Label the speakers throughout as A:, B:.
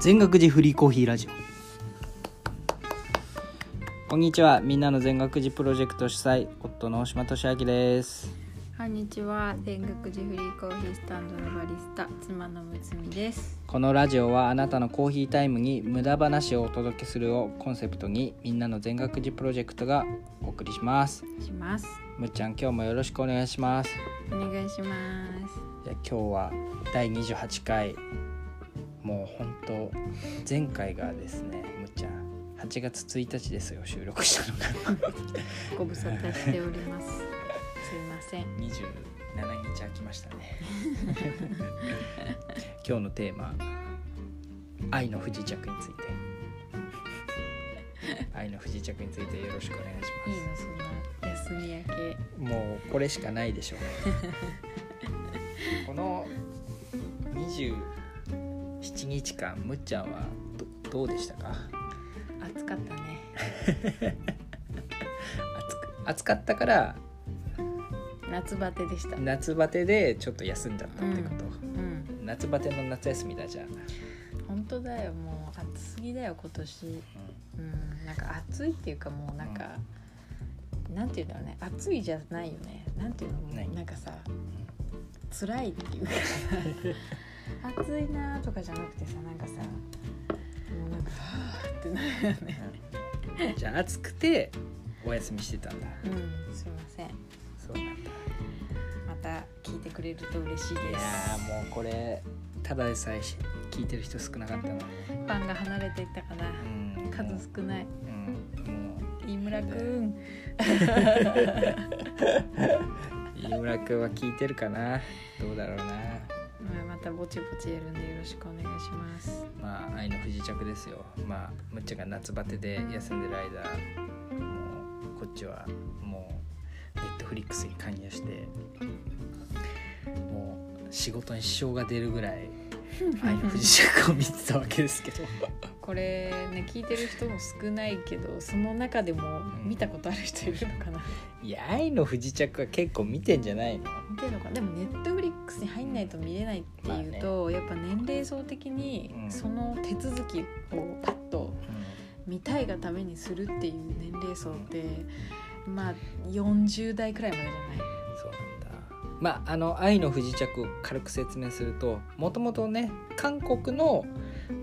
A: 全学寺フリーコーヒーラジオこんにちはみんなの全学寺プロジェクト主催夫の大島俊明です
B: こんにちは全国寺フリーコーヒースタンドのバリスタ妻のむつみです
A: このラジオはあなたのコーヒータイムに無駄話をお届けするをコンセプトにみんなの全学寺プロジェクトがお送りします
B: します
A: むっちゃん今日もよろしくお願いします
B: お願いします
A: いや今日は第28回もう本当前回がですねむっちゃん8月1日ですよ収録したのが
B: ご無沙汰しておりますすいません
A: 27日空きましたね 今日のテーマ「愛の不時着」について愛の不時着についてよろしくお願いし
B: い
A: ま
B: い
A: す
B: のそんな休み明け
A: もうこれしかないでしょうこの27日間むっちゃんはどどうでしたか
B: 暑かったね
A: 暑く暑かったから
B: 夏バテでしたうん
A: 夏バテでちょっと休んじゃったってこと、夏バテの夏休みだじゃあ、
B: 本当だよもう暑すぎだよ今年うんなんか暑いっていうかもうなんか、なんていうんだろうね暑いじゃないよねなんていうのも
A: ないう
B: なんかさ辛いってい うか暑いなとかじゃなくてさなんかさもうなんかはあってなるよね
A: うんじゃあ暑くてお休みしてたんだ
B: うんすいません
A: そうなんだ
B: また聞いてくれると嬉しい
A: い
B: で
A: や
B: す
A: ーもうこれただでさえし聞いてる人少なかったのに
B: ファンが離れていったかな
A: うん
B: 数少ない
A: うんもう
B: 飯村くん
A: 飯村君は聞いてるかなどうだろうな
B: まあまたぼちぼちやるんでよろしくお願いします
A: まあ愛の不時着ですよまあむっちゃんが夏バテで休んでる間もうこっちはもうネットフリックスに加入してもう仕事に支障が出るぐらい愛の不時着を見てたわけですけど
B: これね聞いてる人も少ないけどその中でも見たことある人いるのかな、
A: いや愛の不時着は結構見てんじゃないの
B: 見てるのかでもネットフリックスに入んないと見れないっていうと、やっぱ年齢層的に
A: うん
B: その手続きをパッと見たいがためにするっていう年齢層ってまあ40代くらいまでじ
A: そうなんだまああの「愛の不時着」を軽く説明するともともとね韓国の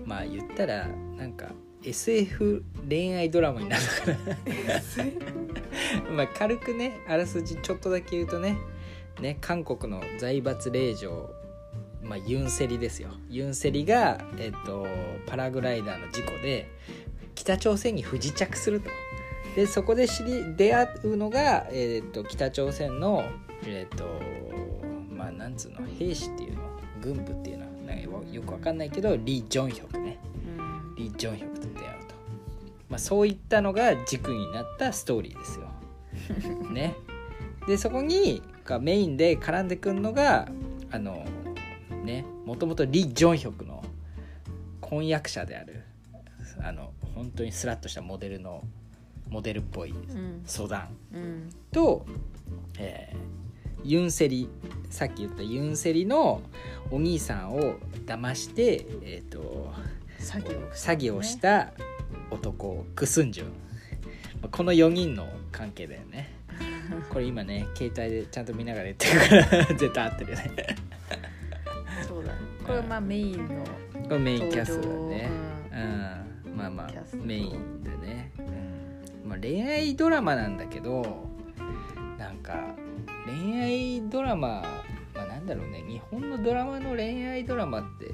A: まあ言ったらなんか SF 恋愛ドラマになるからまあ軽くねあらすじちょっとだけ言うとねね韓国の財閥令嬢まあ、ユンセリですよユンセリが、えっと、パラグライダーの事故で北朝鮮に不時着するとでそこで知り出会うのが、えー、と北朝鮮のえっ、とまあなんつうの兵士っていうの軍部っていうのはなんかよよくわかんないけどリ・ジョンヒョクね
B: ゃない、
A: リ・ジョンヒョクと出会うと、まあ、そういったのが軸になったストーリーですよ。ね、でそこにがメインで絡んでくるのがあのねもともとリ・ジョンヒョクの婚約者であるあの本当にスラッとしたモデルのモデルっぽい
B: うん
A: ソダン
B: うんうん
A: と、えーユンセリさっき言ったユンセリのお兄さんを騙して、えー、と
B: 作業
A: 詐欺をした男クスンジュンまあこの4人の関係だよねこれ今ね携帯でちゃんと見ながら言ってるから 絶対合ってるよね
B: そうだねこれまあメインの
A: これメインキャストだね
B: 登場
A: うんまあまあ
B: キャスト
A: メインでね、まあ、恋愛ドラマなんだけどなんか恋愛ドラマ、まあ、なんだろうね日本のドラマの恋愛ドラマって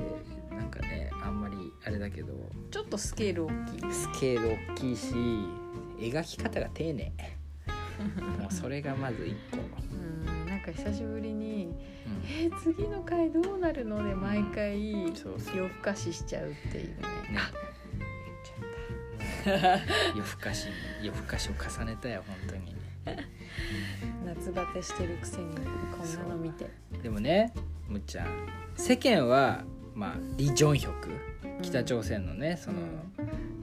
A: なんかねあんまりあれだけど
B: ちょっとスケール大きい
A: スケール大きいし描き方が丁寧もうそれがまず一個、
B: うんなんか久しぶりに「
A: う
B: えー次の回どうなるの?」で毎回
A: ん、そうそう
B: 夜更かししちゃうっていうね
A: ね夜更かし夜更かしを重ねたよ本当に
B: 夏バテしてるくせにこんなの見て
A: でもねむっちゃん世間はまあリ・ジョンヒョク北朝鮮のね、その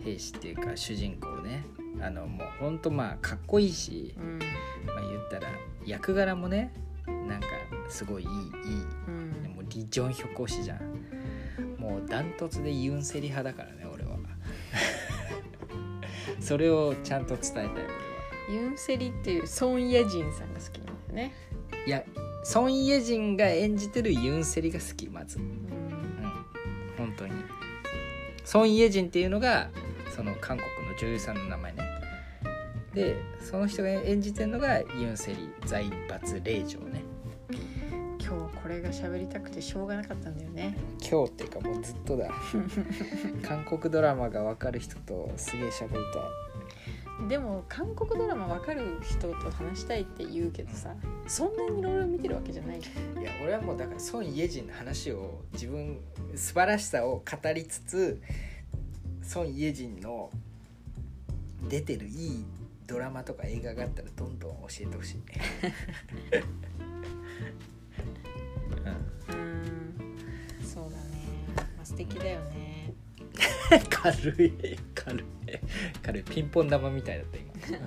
A: 兵士っていうか主人公ねあのもうほんとまあかっこいいし、
B: うん
A: まあ、言ったら役柄もねなんかすごいいいいい
B: うん
A: もうリ・ジョンヒョク推しじゃんももうダントツでユンセリ派だからね俺は それをちゃんと伝えたい俺は
B: ユンセリっていうソン・イェジンさんが好きなんだよね、
A: いやソン・イェジンが演じてるユンセリが好きまずう
B: うんん、
A: 本当にソン・イェジンっていうのがその韓国の女優さんの名前ねでその人が演じてるのがユンセリ財閥令嬢ね
B: 今日これが喋りたくてしょうがなかったんだよね
A: 今日っていうかもうずっとだ韓国ドラマが分かる人とすげえ喋りたい
B: でも韓国ドラマ分かる人と話したいって言うけどさそんなにいろいろ見てるわけじゃないじ
A: いや俺はもうだから孫イェジンの話を自分素晴らしさを語りつつ孫イェジンの出てるいいドラマとか映画があったらどんどん教えてほしい、
B: ゃんうんそうだね、まあ、素敵だよね
A: 軽い軽い軽いピンポン玉みたいだった今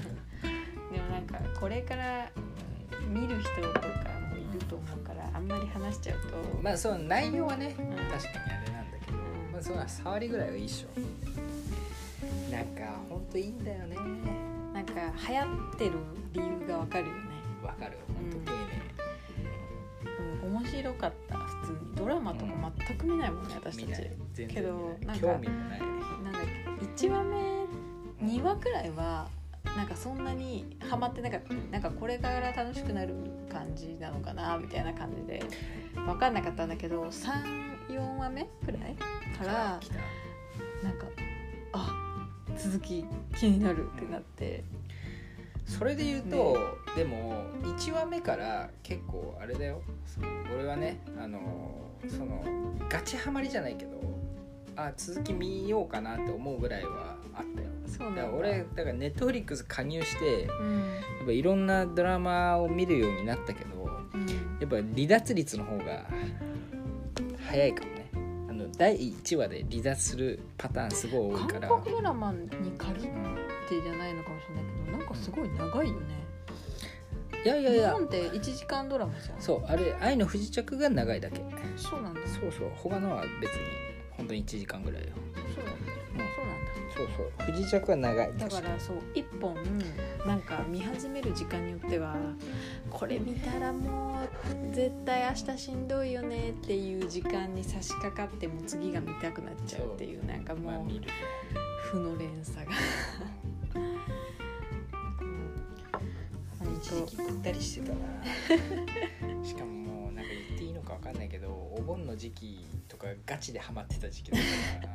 B: でもなんかこれから見る人とかもいると思うからあんまり話しちゃうと、
A: まあその内容はね
B: ん
A: 確かにあれなんだけどまあその触りぐらいはいいっしょなんかほんといいんだよね
B: なんか流行ってる理由が分かるよね、
A: わかるほんと丁寧
B: うん、面白かった普通にドラマとか全く見ないもんね、私
A: 見
B: た
A: な
B: ち
A: い全然
B: けど
A: 見
B: な
A: なんい
B: か
A: 興味もない
B: なんだっけ1話目2話くらいはなんかそんなにハマってなかったなんかこれから楽しくなる感じなのかなみたいな感じで分かんなかったんだけど34話目くらいから
A: 来た
B: なんかあ続き気になるってなって
A: それで言うと、でも1話目から結構あれだよ俺はねあのそのガチハマりじゃないけどあ続き見ようかなって思うぐらいはあったよ
B: そう
A: だから
B: なんだ
A: 俺だからネットフリックス加入してや
B: うん
A: っぱいろんなドラマを見るようになったけど
B: うん
A: やっぱ離脱率の方が早いかもねあの第1話で離脱するパターンすごい多いから
B: 韓国ドラマに限っ
A: うん
B: てじゃないのかもしれないけどなんかすごい長いよね
A: いやいやい
B: 日
A: や
B: 本って1時間ドラマじゃん
A: そうあれ「愛の不時着」が長いだけ
B: そうなんだ
A: そうそう他のは別に本当に1時間ぐらいよ
B: そうなんだそうなんだ
A: そうそう不時着は長い
B: だからそう一本なんか見始める時間によってはこれ見たらもう絶対明日しんどいよねっていう時間に差し掛かっても次が見たくなっちゃうっていうなんか
A: まあ
B: も
A: 見
B: う
A: る
B: 負の連鎖が。本
A: 一時期
B: 当
A: ぐったりしてたな しかももうなんか言っていいのかわかんないけどお盆の時期とかガチでハマってた時期だったか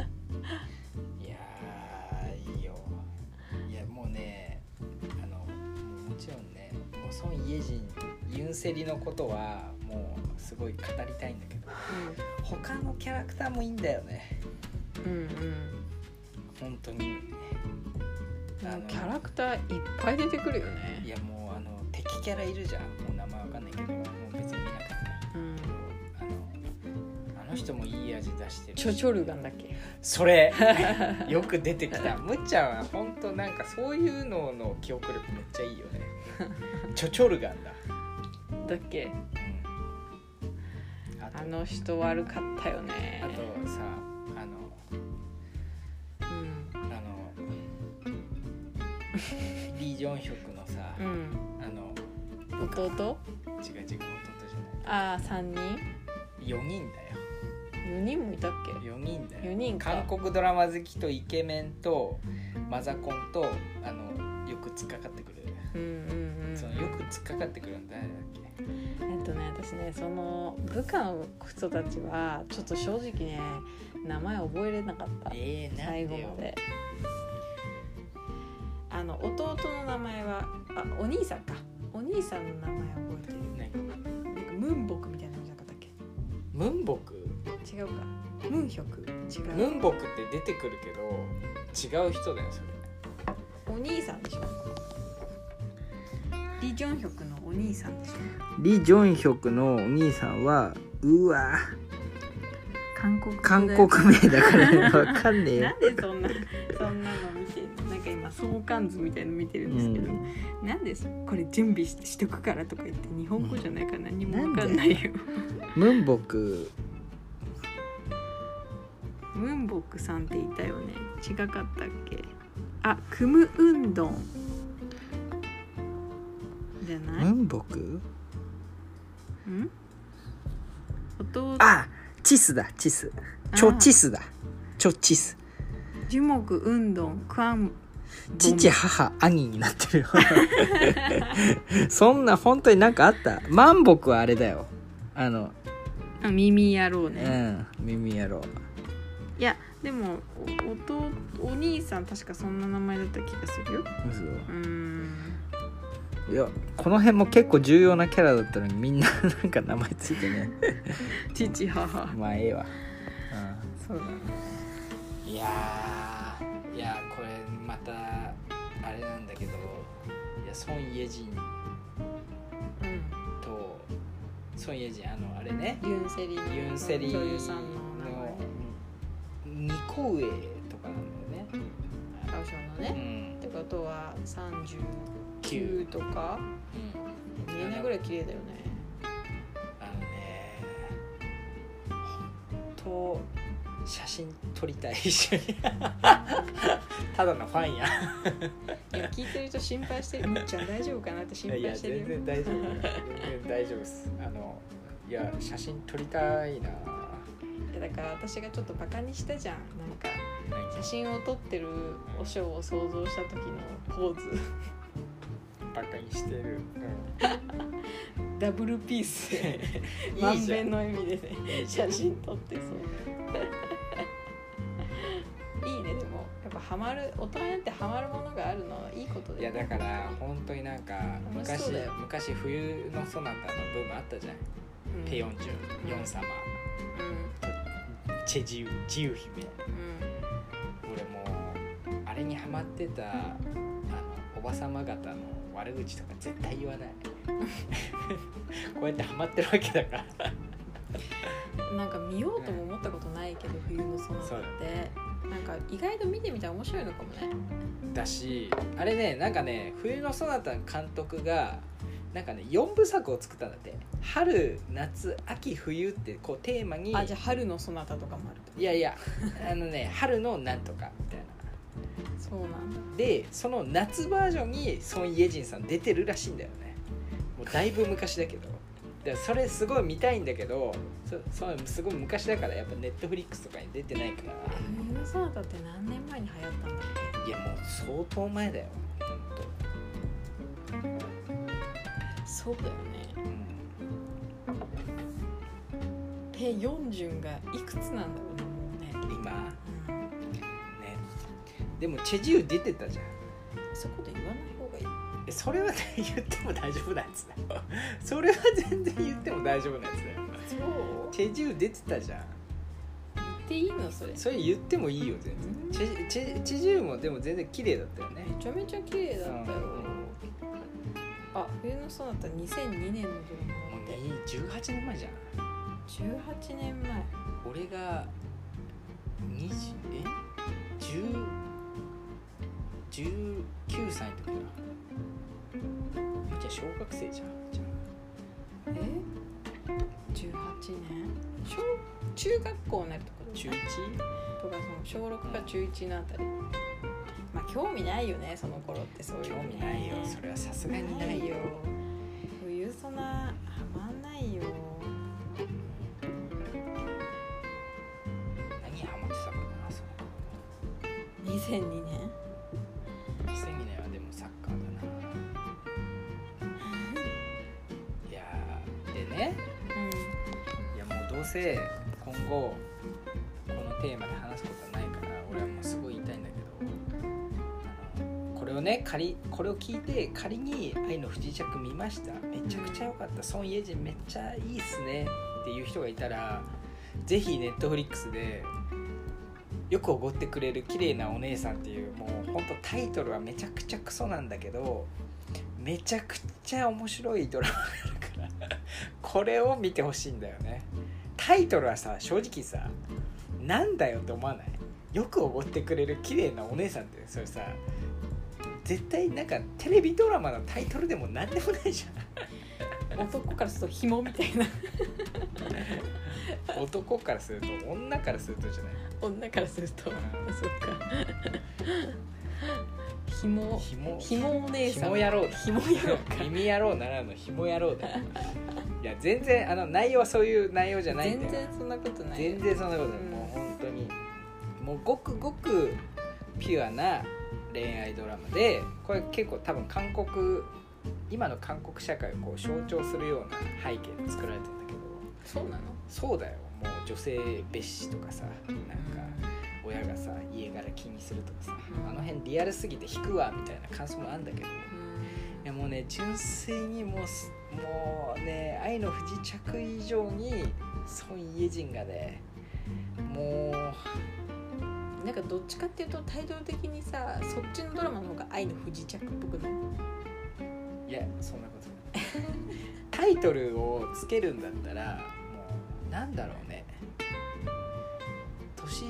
A: ら、うん、いやーいいよいやもうねあのもうもちろんねもう孫イェジンユンセリのことはもうすごい語りたいんだけど他のキャラクターもいいんだよね
B: うんうんうん
A: 本当にあの
B: キャラクターいっぱい出てくるよ
A: い
B: ね。
A: やもうあの敵キャラいるじゃんもう名前わかんないけどもう別に見なくて
B: うん
A: もあのあの人もいい味出してるし
B: チョチョルガンだっけ。
A: それ よく出てきたむっちゃんは本当なんかそういうのの記憶力めっちゃいいよねチョチョルガンだ、
B: だっけ。
A: うん、あと
B: あの人悪かったよね
A: あ。とさあの
B: うん
A: あのリ・ジョンヒョクのさ、
B: うん。
A: あの
B: 弟。
A: 違う違う弟じゃ
B: ああ三人
A: ない4人だよ
B: 四人もいたっけ
A: 4人だよ
B: 四人か
A: 韓国ドラマ好きとイケメンとマザコンとあのよく突っかかってくる、
B: うんうんうん
A: そのよく突っかかってくるの誰だっけ
B: えっとね私ねその部下の人たちはちょっと正直ね名前覚えれなかった
A: えー、なんで
B: 最
A: よ
B: 後まであの弟の名前はあお兄さんかお兄さんの名前覚えてる
A: 何
B: なんかムンボクみたいな名前じゃなかったっ
A: ムンボク
B: け違うかムンヒョク違
A: ム
B: う
A: ンボクって出てくるけど違う人だよそれ
B: お兄さんでしょリ・ジョンヒョクのお兄さんでしょ
A: リ・ジョンヒョクのお兄さんはうわ
B: 韓国
A: 名だからわかんね
B: なんでそんなそんなの見てんのなんか今相関図みたいの見てるんですけど、なんでそこれ準備ししとくからとか言って日本語じゃないから何にも分かんないよ、
A: ムンボク
B: ムンボックさんっていたよね違かったっけあクムウンドンじゃない、
A: 文木
B: ん弟
A: あチスだチスチョチスだチョチス
B: 樹木運動クアンボン
A: 父母兄になってるよ そんな本当になんかあった万木はあれだよあの
B: あ耳やろう
A: う
B: ね、
A: ん耳やろう
B: いやでもお弟お兄さん確かそんな名前だった気がするよ
A: 嘘
B: うーん
A: いやこの辺も結構重要なキャラだったのにみんな なんか名前ついて ね
B: 父母
A: まあええわ、
B: そうだね
A: いやーいやこれまたあれなんだけどいや孫家人と孫家人あのあれね
B: ユンセリ
A: ユンセリ
B: 女
A: の
B: 優さんの名前
A: 二個上とかなんだよね
B: ラオションの
A: う
B: ね、
A: ん
B: ってことは39
A: 9
B: とか
A: うん
B: 見えないぐらい綺麗だよね
A: あのね本当写真撮りたい一緒にただのファンや
B: いや聞いてる人心配してるむっちゃん大丈夫かなって心
A: いや
B: 配してる
A: 全
B: よ
A: 然大丈夫全然大丈夫ですあのいや写真撮りたいない
B: やだから私がちょっとバカにしたじゃんなんか写真を撮ってるおしょうを想像した時のポーズ
A: バカにしてる、
B: ダブルピースで
A: うん、いい
B: 満
A: じゃ
B: 面
A: ん
B: の笑みでね写真撮っ てそういいねでもやっぱハマる大人になってハマるものがあるのはいいこと
A: い
B: だ
A: や
B: よね
A: だから本当になんか
B: 楽し
A: 昔
B: そうだよ
A: 昔冬のソナタのブームあったじゃん、
B: うん
A: ペヨンチュンヨン様チェジウジウ姫
B: うんうん
A: 俺もうあれにハマってたあのおばさま方の悪口とか絶対言わない こうやってハマってるわけだから
B: なんか見ようとも思ったことないけど冬のソナタ
A: そう
B: っ
A: だ
B: てなんか意外と見てみたら面白いのかもね
A: だしあれねなんかね「冬のソナタ」の監督がなんかね4部作を作ったんだって春夏秋冬ってこうテーマに
B: あじゃあ春のソナタとかもあると
A: いやいやあのね 春のなんとかみたいな
B: そうなんだ
A: でその夏バージョンにソン・イェジンさん出てるらしいんだよねもうだいぶ昔だけどでそれすごい見たいんだけどそそうすごい昔だからやっぱネットフリックスとかに出てないから
B: 冬のソナタって何年前に流行ったんだっ
A: いやもう相当前だよほんと
B: けそうだよね
A: うん
B: ペ・ヨンジュンがいくつなんだろうねもうね、
A: 今
B: うん、
A: ねでもチェジウ出てたじゃん
B: そういうこと言わない方がいい
A: えそれは、ね、言っても大丈夫なやつだよ それは全然言っても大丈夫なやつだよ
B: そう
A: チェジウ出てたじゃん
B: 言っていいのそれ
A: それ言ってもいいよ全
B: うん
A: 然チェチェチェジウもでも全然綺麗だったよね
B: めちゃめちゃ綺麗だったよ
A: うん
B: あ冬のソナタ2002年のドラ
A: も
B: マ
A: う
B: だ
A: ね
B: って
A: 18年前じゃん
B: 18年前
A: 俺が20え10 19歳の時だじゃあ小学生じゃんじゃ
B: え18年小中学校になるとこ
A: あ
B: だ
A: 中
B: ね
A: 1?
B: とかその小6か中1のあたりまあ興味ないよねその頃ってそういう
A: 興
B: のね
A: 味ないよそれはさすがにないよ
B: 冬そなハマんないよ
A: 何ハマってたのかなその
B: 2002年
A: 頃2002年はでもサッカーだないやーでねいやもうどうせ今後このテーマで話すことはないから俺はもうすごい言いたいんだけどあのこれをね仮これを聞いて仮に「愛の不時着」見ましためちゃくちゃ良かった孫家人めっちゃいいっすねっていう人がいたらぜひネットフリックスでよくおごってくれる綺麗なお姉さんっていうもうほんとタイトルはめちゃくちゃクソなんだけどめちゃくちゃ面白いドラマがあるからこれを見てほしいんだよねタイトルはさ正直さなんだよって思わないよくおごってくれる綺麗なお姉さんってそれさ絶対なんかテレビドラマのタイトルでも何でもないじゃん
B: うん男からすると紐みたいな
A: 男からすると女からするとじゃない
B: 女からするとそっかひも
A: ひも
B: ひもお姉さん
A: ひも野郎だ
B: ひも野郎か
A: 耳野郎ならぬひも野郎だよいや全然あの内容はそういう内容じゃないんだ
B: 全
A: よ
B: 然そんなことない
A: 全然そんなことない、
B: うん
A: もう本当にもうごくごくピュアな恋愛ドラマでこれ結構多分韓国今の韓国社会をこう象徴するような背景で作られてんだけど
B: そうなの
A: そうだよもう女性蔑視とかさなんか親がさ家柄気にするとかさあの辺リアルすぎて引くわみたいな感想もあんだけどいやもうね純粋にもうすもうね愛の不時着以上に孫イエジンがねもう
B: うんなんかどっちかっていうと態度的にさそっちのドラマの方が愛の不時着っぽくない
A: いやそんなことないタイトルをつけるんだったらもうなんだろうね年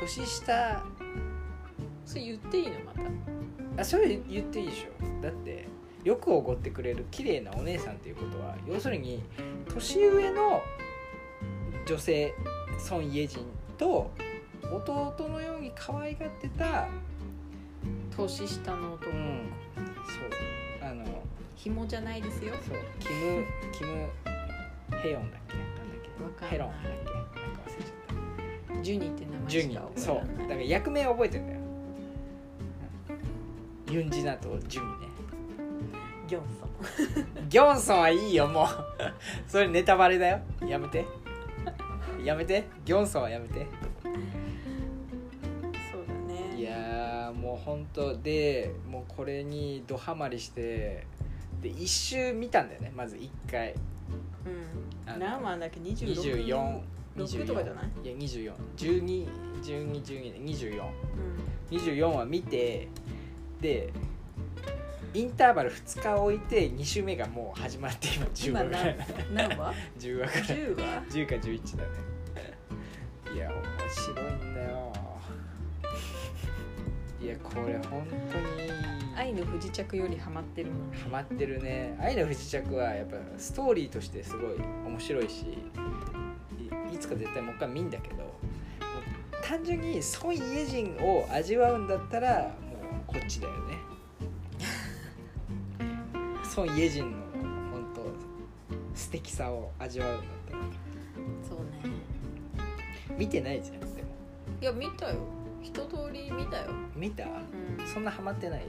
A: 年下
B: それ言っていいのまた
A: あそれ言っていいでしょだってよくおごってくれる綺麗なお姉さんっていうことは要するに年上の女性孫イエジンと弟のように可愛がってた
B: 年下の
A: う
B: 男
A: んそうあの
B: ひもじゃないですよ
A: そうキムキムヘヨンだっけなんだ
B: わ
A: っ
B: か
A: け
B: んない
A: ヘロンだっけなんか忘れちゃった
B: ジュニーって名前
A: ジュ
B: し
A: ニ
B: か
A: ー
B: 覚え
A: そう
B: られない
A: だから役名覚えてんだよユンジナとジュニね
B: ギョンソン
A: ギョンソンはいいよもう それネタバレだよやめてやめてギョンソンはやめて
B: そうだね
A: いやーもうほんとでもうこれにドハマりしてで一周見たんだよねまず一回あ
B: うん
A: の
B: 何話だっけ26
A: 24
B: 6とかじゃない
A: いや24 12 12 12 24 24は見てでインターバル2日置いて2週目がもう始まって今10話
B: 今
A: ぐ らい
B: うん、何話
A: 10話ぐらい
B: ?10 話
A: 10か11だねいや面白いんだよいやこれ本当に
B: 愛の不時着よりハマってるもん
A: ハマってるね「愛の不時着」はやっぱストーリーとしてすごい面白いしいいつか絶対もう一回見んだけどもう単純に孫イエジンを味わうんだったらもうこっちだよね孫イエジンの本当素敵さを味わうんだったら
B: そうね
A: 見てないじゃんでも
B: いや見たよ一通り見たよ
A: 見た
B: う
A: そんなハマってない
B: ん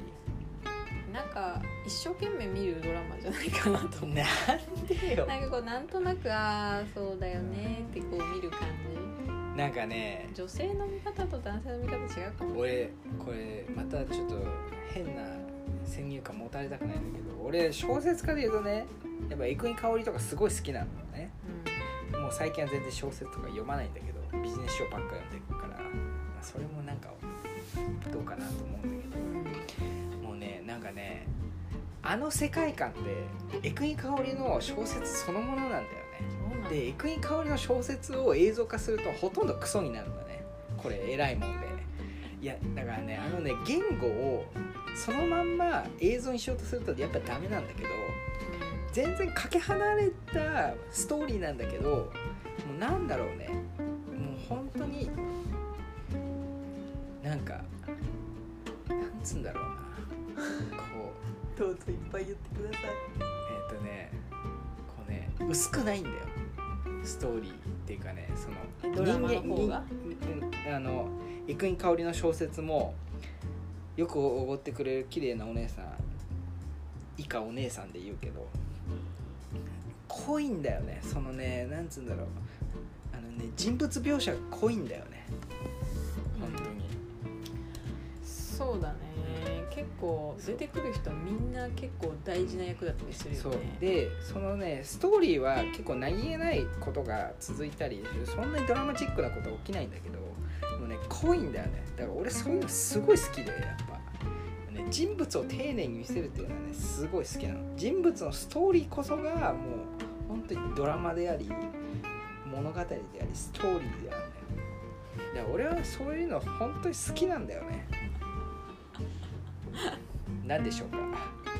B: なんか一生懸命見るドラマじゃないかなと思う
A: なんでよ
B: なんかこうなんとなくああそうだよねってこう見る感
A: なんかね
B: じ女性の見方と男性の見方違うかも
A: 俺これまたちょっと変な先入観持たれたくないんだけど俺小説家で言うとねやっぱ生井香織とかすごい好きなんだよねもう最近は全然小説とか読まないんだけどビジネス書ばっか読んでるからそれもなんかどうかなと思うんだけ
B: うん、
A: どもうねなんかねあの世界観って生井香織の小説そのものなんだよね
B: そうなんだ
A: で生井香織の小説を映像化するとほとんどクソになるんだねこれ偉いもんでいやだからねあのね言語をそのまんま映像にしようとするとやっぱダメなんだけど全然かけ離れたストーリーなんだけどもうなんだろうねもう本当になんかなんつうんだろうなこう
B: どうぞいっぱい言ってください
A: えっ、とねこうね薄くないんだよストーリーっていうかねその
B: えドラマの方が
A: 人間うんあの生井香織の小説もよくおごってくれる綺麗なお姉さん以下お姉さんで言うけど濃いんだよねそのねなんつうんだろうあのね人物描写が濃いんだよね本当に、
B: そうだね結構出てくる人はみんな結構大事な役だったりするよね
A: そうでそのねストーリーは結構何気ないことが続いたりそんなにドラマチックなことは起きないんだけどもうね濃いんだよねだから俺そういうのすごい好きでやっぱ、ね、人物を丁寧に見せるっていうのはねすごい好きなの人物のストーリーこそがもう本当にドラマであり物語でありストーリーであるんだよだから俺はそういうの本当に好きなんだよねなんでしょうか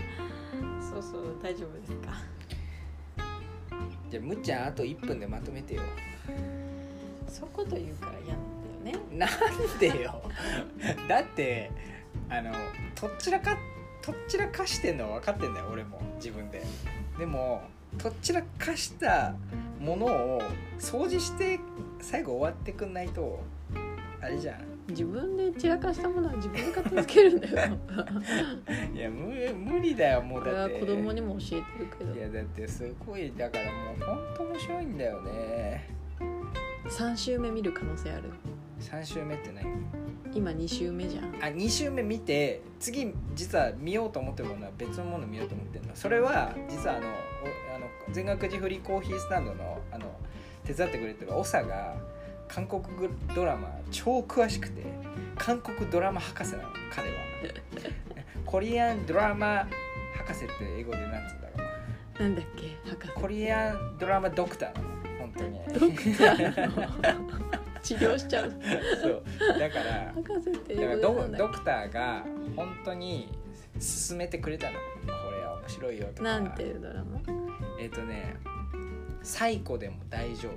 B: そうそう大丈夫ですか
A: じゃあむっちゃんあと1分でまとめてよ
B: そういうこと言うから嫌なんだよね
A: なんでよだってあのとっちらかとっちらかしてんのは分かってんだよ俺も自分ででもとっちらかしたものを掃除して最後終わってくんないとあれじゃん
B: 自分で散らかしたものは自分で片付けるんだよ
A: いや無無理だよも
B: こ
A: う
B: れ
A: だっ
B: は
A: て
B: 子供にも教えてるけど
A: いやだってすごいだからもうほんと面白いんだよね
B: 3週目見る可能性ある
A: 3週目って何
B: 今2週目じゃん
A: あ2週目見て次実は見ようと思ってるものは別のもの見ようと思ってるのそれは実はあのおあの全学寺フリーコーヒースタンドのあの手伝ってくれてる長が韓国ドラマ超詳しくて韓国ドラマ博士なの 彼はコリアンドラマ博士って英語でなんつうんだろう
B: なんだっけ博士
A: コリアンドラマドクターなの本当に
B: ドクターの治療しちゃう
A: そうだから
B: 博士って
A: だから
B: 英語
A: ド
B: なんだ
A: ドクターが本当に勧めてくれたのこれは面白いよとか
B: なんていうドラマ
A: えっ、とね「サイコでも大丈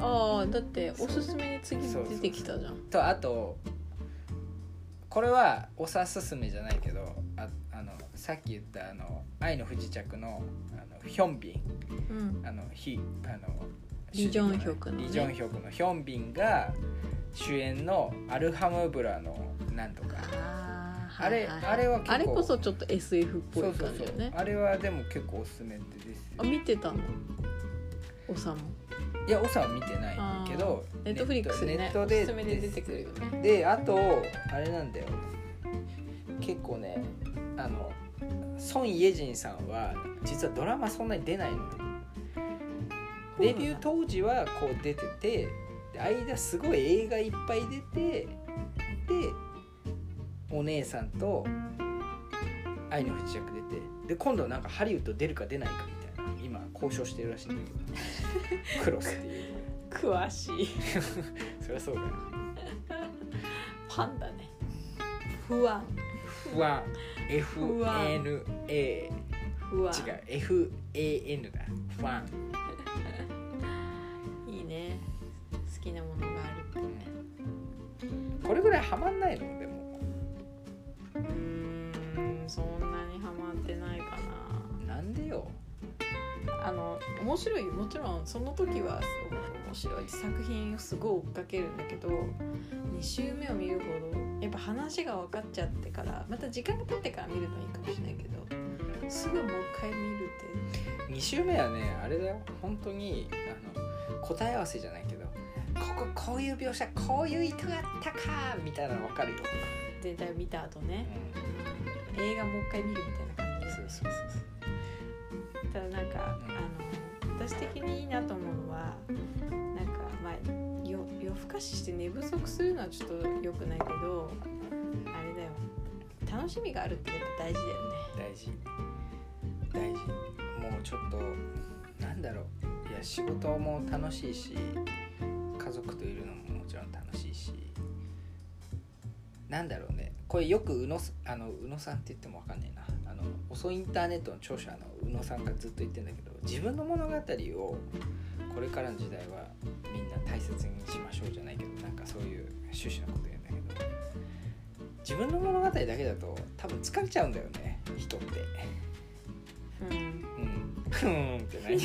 A: 夫
B: ああだっておすすめで次
A: そう
B: 出てきたじゃん」
A: とあとこれはおさすすめじゃないけどああのさっき言ったあの「愛の不時着の」あのヒョンビン
B: うん
A: あのひあの
B: リジョンヒョクのね
A: リジョンヒョクのヒョンビンが主演の「アルハムブラのなんとか」
B: あー
A: あれ
B: いいい
A: あれは結構
B: あれこそちょっと SF っぽ
A: そ
B: いう
A: そう
B: 感じ
A: そ
B: よ
A: う、
B: ね
A: あれはでも結構おすすめですよ
B: あ見てたのおさも
A: いや、オサは見てないけど、
B: ネットフリックス
A: ネ
B: ね
A: ット
B: お
A: です
B: すめで出てくるよね
A: で、あと、あれなんだよ。結構ね、あの、孫イェジンさんは、実はドラマそんなに出ないのよ。デビュー当時はこう出てて、で間すごい映画いっぱい出て、で、お姉さんと愛の不時着出て、で、今度なんかハリウッド出るか出ないかみたいな、今交渉してるらしいんだ けど、クロスっていう。
B: 詳しい
A: そりゃそうだよ
B: パンだね不安
A: 不安 FNA 違う
B: 不安
A: FAN だ不安
B: いいね好きなものがあるってね
A: これぐらいハマんないのでも
B: うーんそんなにハマってないか
A: なんでよ
B: なあの面白いもちろんその時は面白い作品をすごい追っかけるんだけど2週目を見るほどやっぱ話が分かっちゃってからまた時間が経ってから見るのいいかもしれないけどすぐもう一回見るって
A: 2週目はねあれだよ本当にあの答え合わせじゃないけどこここういう描写こういう意図があったかみたいなの分かるよ、
B: 全体を見た後ね
A: う
B: 映画もう一回見るみたいな感じ
A: ん、
B: で
A: そうそうそうそう
B: ただなんか、あの私的にいいなと思うのはなんかまあよ夜更かしして寝不足するのはちょっと良くないけどあれだよ楽しみがあるってやっぱ大事だよ
A: 大事大事もうちょっとなんだろういや仕事も楽しいし家族といるのももちろん楽しいしなんだろうねこれよく宇野さあの宇野さんって言ってもわかんないなあの遅いインターネットの著者の宇野さんがずっと言ってんだけど自分の物語をこれからの時代はみんな大切にしましょうじゃないけどなんかそういう趣旨のこと言うんだけど自分の物語だけだと多分疲れちゃうんだよね人って。
B: ね
A: うん、ふーんって何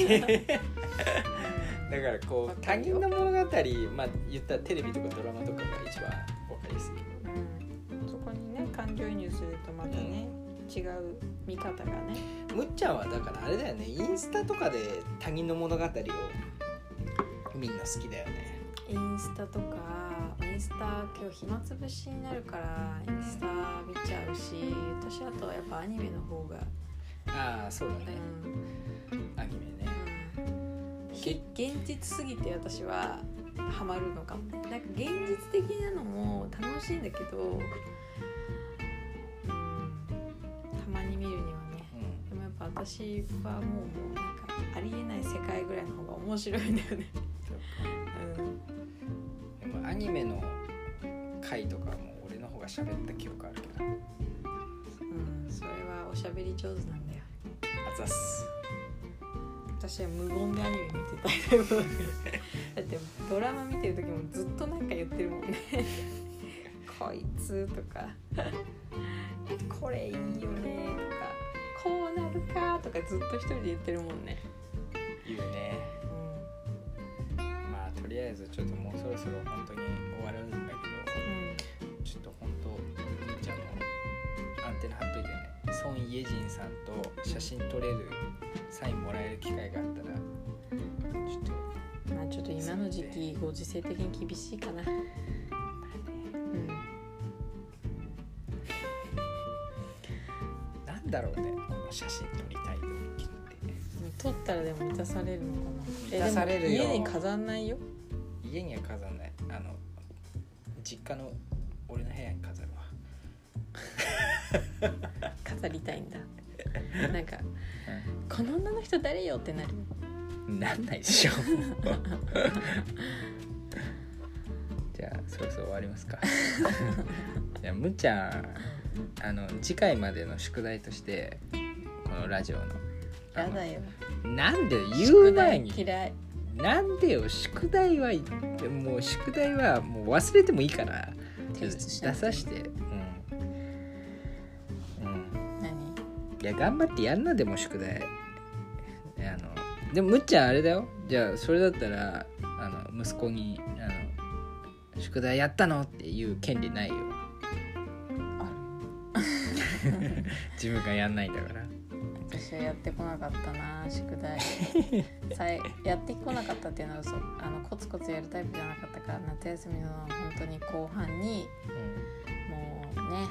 A: だからこ
B: わ
A: う
B: か
A: 他
B: るよ
A: 人の物語まあ言ったらテレビとかドラマとかが一番わかりやすいけど
B: うん、うん、そこにね感情移入するとまたね、違う見方がね
A: むっちゃんはだからあれだよねインスタとかで他人の物語をみんな好きだよね
B: インスタとかインスタ今日暇つぶしになるからインスタ見ちゃうし私あとはやっぱアニメの方が、
A: ああそうだね
B: うん、
A: アニメね
B: 非現実すぎて私はハマるのかもなんか現実的なのも楽しいんだけど、うん、たまに見るにはね
A: うん
B: でもやっぱ私はもうもうなんかありえない世界ぐらいの方が面白いんだよね、
A: そうでもアニメの回とかはもう俺の方が喋った記憶あるけど
B: うん、それはおしゃべり上手なんだよ
A: あざっす
B: 私は無言でアニメ見てたタイプだからだってドラマ見てる時もずっとなんか言ってるもんねこいつとかこれいいよねとかこうなるかとかずっと一人で言ってるもんね、
A: 言うね
B: う
A: まあとりあえずちょっともうそろそろ本当に終わるんだけ
B: んうん、
A: どちょっと本当じゃあもうアンテナ張っといてね孫イェジンさんと写真撮れるサインもらえる機会があったらちょっと
B: まあちょっと今の時期ご時世的に厳しいかなうん
A: なんだろうねこの写真撮りたいときってね
B: 撮ったらでも満たされるのかな
A: 満
B: え
A: たされるよ
B: でも家に飾んないよ
A: 家には飾んないあの実家の俺の部屋に飾るわ
B: 飾りたいんだなんか、この女の人誰よってなるよ
A: なんないでしょじゃあそろそろ終わりますかじゃあむっちゃんあの次回までの宿題としてこのラジオの
B: やだよ
A: なんで言う前
B: 宿
A: に
B: 題嫌い
A: なんでよ宿題はもう宿題はもう忘れてもいいから
B: 提
A: 出
B: 出しなくて
A: さしてうん、うん
B: 何
A: いや頑張ってやんなでも宿題あのでもむっちゃんあれだよじゃあそれだったらあの息子にあの「宿題やったの?」っていう権利ないよ
B: あ
A: 自分がやんないんだから
B: 私はやってこなかったな宿 題さえやってこなかったっていうのは嘘あのコツコツやるタイプじゃなかったから夏休みの本当に後半にもうね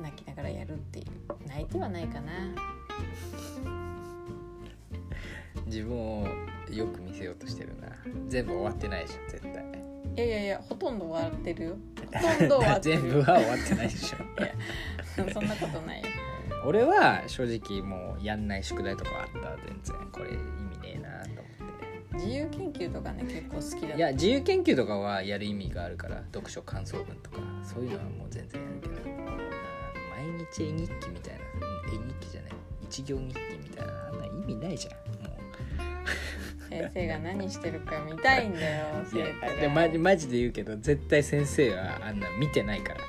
B: 泣きながらやるっていう泣いてはないかな
A: 自分をよく見せようとしてるな全部終わってないでしょ絶対
B: いやいやいやほとんど終わってる よほとんど終わってる
A: 全部は終わってないでしょ
B: そんなことないよ
A: 俺は正直もうやんない宿題とかあった全然これ意味ねえなと思って
B: 自由研究とかね結構好きだ
A: いや自由研究とかはやる意味があるから読書感想文とかそういうのはもう全然やるけど毎日絵日記みたいな絵日記じゃない一行日記みたいなあんな意味ないじゃんも
B: 先生が何してるか見たいんだよ
A: うい
B: 生
A: や
B: 徒
A: で
B: が
A: もマジマジで言うけど絶対先生はあんな見てない から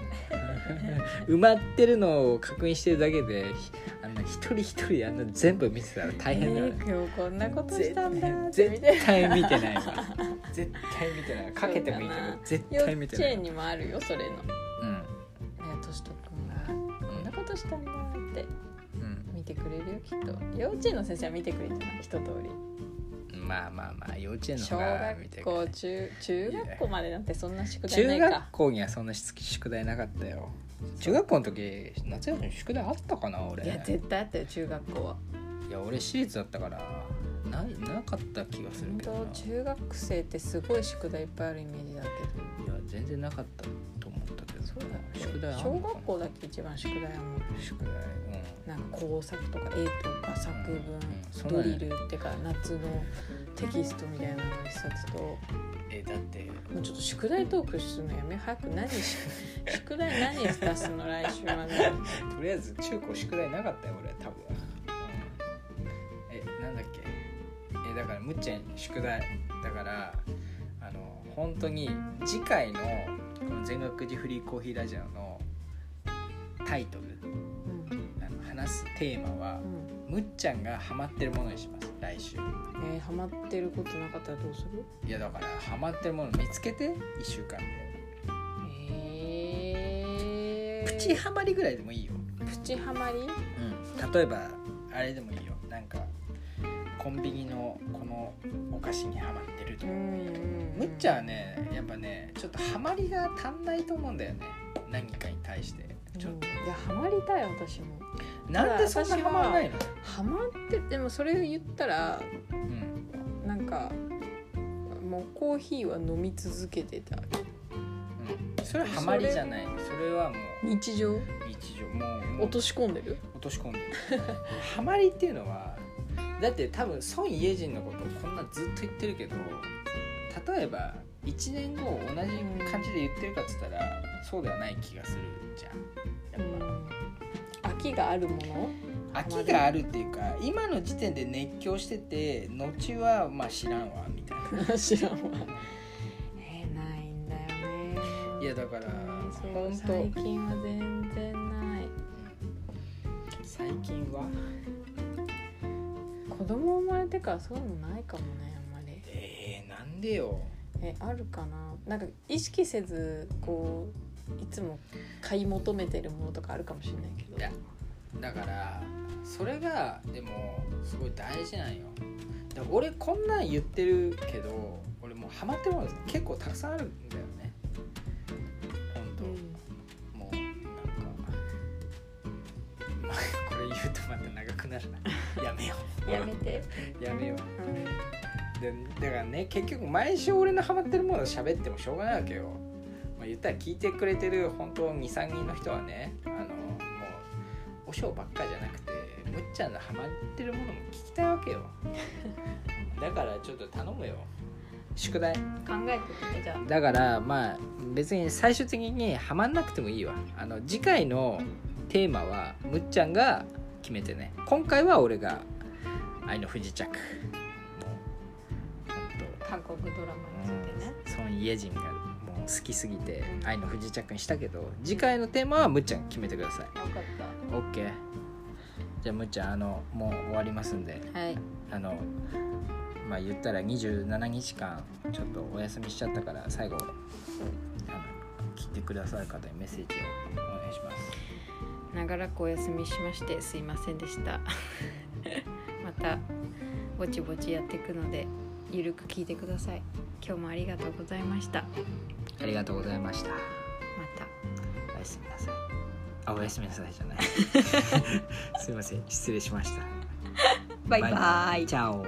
A: 埋まってるのを確認してるだけでひあんな一人一人あんな全部見てたら大変だから
B: えー今日こんなことしたんだって見
A: 絶
B: て
A: 絶対見てないわ 絶対見てないかけてもいいけど絶
B: 幼
A: 対見て
B: 稚
A: ない
B: 園にもあるよそれの
A: うん
B: ね年取くんがこんなことしたんだって
A: うん
B: 見てくれるよきっと幼稚園の先生は見てくれるじゃない一通り
A: まあまあまあ幼稚園の
B: 小
A: 方が見て
B: 学
A: くれ
B: 校
A: る
B: 中中学校までなんてそんな宿題な
A: 中
B: いか
A: 学校にはそんなしつき宿題なかったよ中学校の時夏休み宿題あったかな俺
B: いや絶対あったよ中学校はい
A: や俺私立だったからないなかった気がする
B: 本
A: けど
B: 当
A: ない
B: 中学生ってすごい宿題いっぱいあるイメージだけど
A: や全然なかったと思ったけど
B: そうだ
A: 宿題あん
B: 小
A: のかな
B: 学校だっけ一番宿題はもう
A: 宿題
B: なんか工作とか絵とか作文、
A: うん
B: ドリルっていうか夏のテキストみたいなの一冊とも
A: うんえだって
B: うちょっと宿題トークするのやめよう早く何し宿題何出すの来週まで
A: とりあえず中高宿題なかったよ俺多分、うん、えなんだっけえだからむっちゃん宿題だからあの本当に次回のこの全学寺フリーコーヒーラジオのタイトル
B: うん
A: あの話すテーマはむっちゃんがハマってるものにします来週
B: うんえーハマってることなかったらどうする
A: いやだからハマってるもの見つけて1週間で
B: えー
A: プチハマりぐらいでもいいよ
B: プチハマり
A: うん、例えばあれでもいいよなんかコンビニのこのお菓子にハマってると
B: う
A: か、
B: ん
A: むっちゃんはねやっぱねちょっとハマりが足んないと思うんだよね何かに対してちょっと、
B: うんいやハマりたい私も
A: なんでそんなハマらないの、
B: ハマってでもそれを言ったら
A: うん、
B: なんかもうコーヒーは飲み続けてた
A: うんそれはハマりじゃないそれはも
B: 日常
A: う日常もうもう
B: 落とし込んでる
A: 落とし込んでる ハマりっていうのはだって多分孫家人のことをこんなずっと言ってるけど例えば1年後同じ感じで言ってるかっつったらそうではない気がするじゃんやっぱ
B: 飽きがあるものハマ
A: 秋があるっていうか今の時点で熱狂してて後はまあ知らんわみた いな
B: 知らんわえーないんだよね
A: いやだから
B: そう
A: 本
B: 最
A: 当
B: 近は全然ない
A: 最近は
B: 子供生まれてからそういうのないかもねあんまり
A: えー、なんでよ
B: えあるかななんか意識せずこういつも買い求めてるものとかあるかもしれないけど
A: いやだからそれがでもすごい大事なんよだから俺こんなん言ってるけど俺もうハマってるもの結構たくさんあるんだよね本当、
B: うん
A: もうなんか、まあ、 これ言うとまた長くなるなやめよう
B: やめて、
A: うやめよう
B: うん
A: でだからね結局毎週俺のハマってるものを喋ってもしょうがないわけよ、まあ、言ったら聞いてくれてる本当23人の人はねあのもうおしょうばっかじゃなくてむっちゃんのハマってるものも聞きたいわけよだからちょっと頼むよ宿題
B: 考えてみてじゃあ
A: だからまあ別に最終的にハマんなくてもいいわあの次回のテーマはむっちゃんが決めてね今回は俺が「愛の不時着」もうほんと
B: 韓国ドラマについてね
A: うんソン・イェジンがもう好きすぎて「愛の不時着」にしたけど次回のテーマはむっちゃん決めてください
B: 分かっ
A: OK じゃあむっちゃんあのもう終わりますんで
B: たはい
A: あのまあ言ったら27日間ちょっとお休みしちゃったから最後あの聞いてくださる方にメッセージをお願いします
B: 長らくお休みしましてすいませんでした またぼちぼちやっていくのでゆるく聞いてください今日もありがとうございましたま
A: ありがとうございました
B: た
A: おやすみなさいあおやすみなさいじゃない すいません失礼しました
B: バイバイ
A: チャオ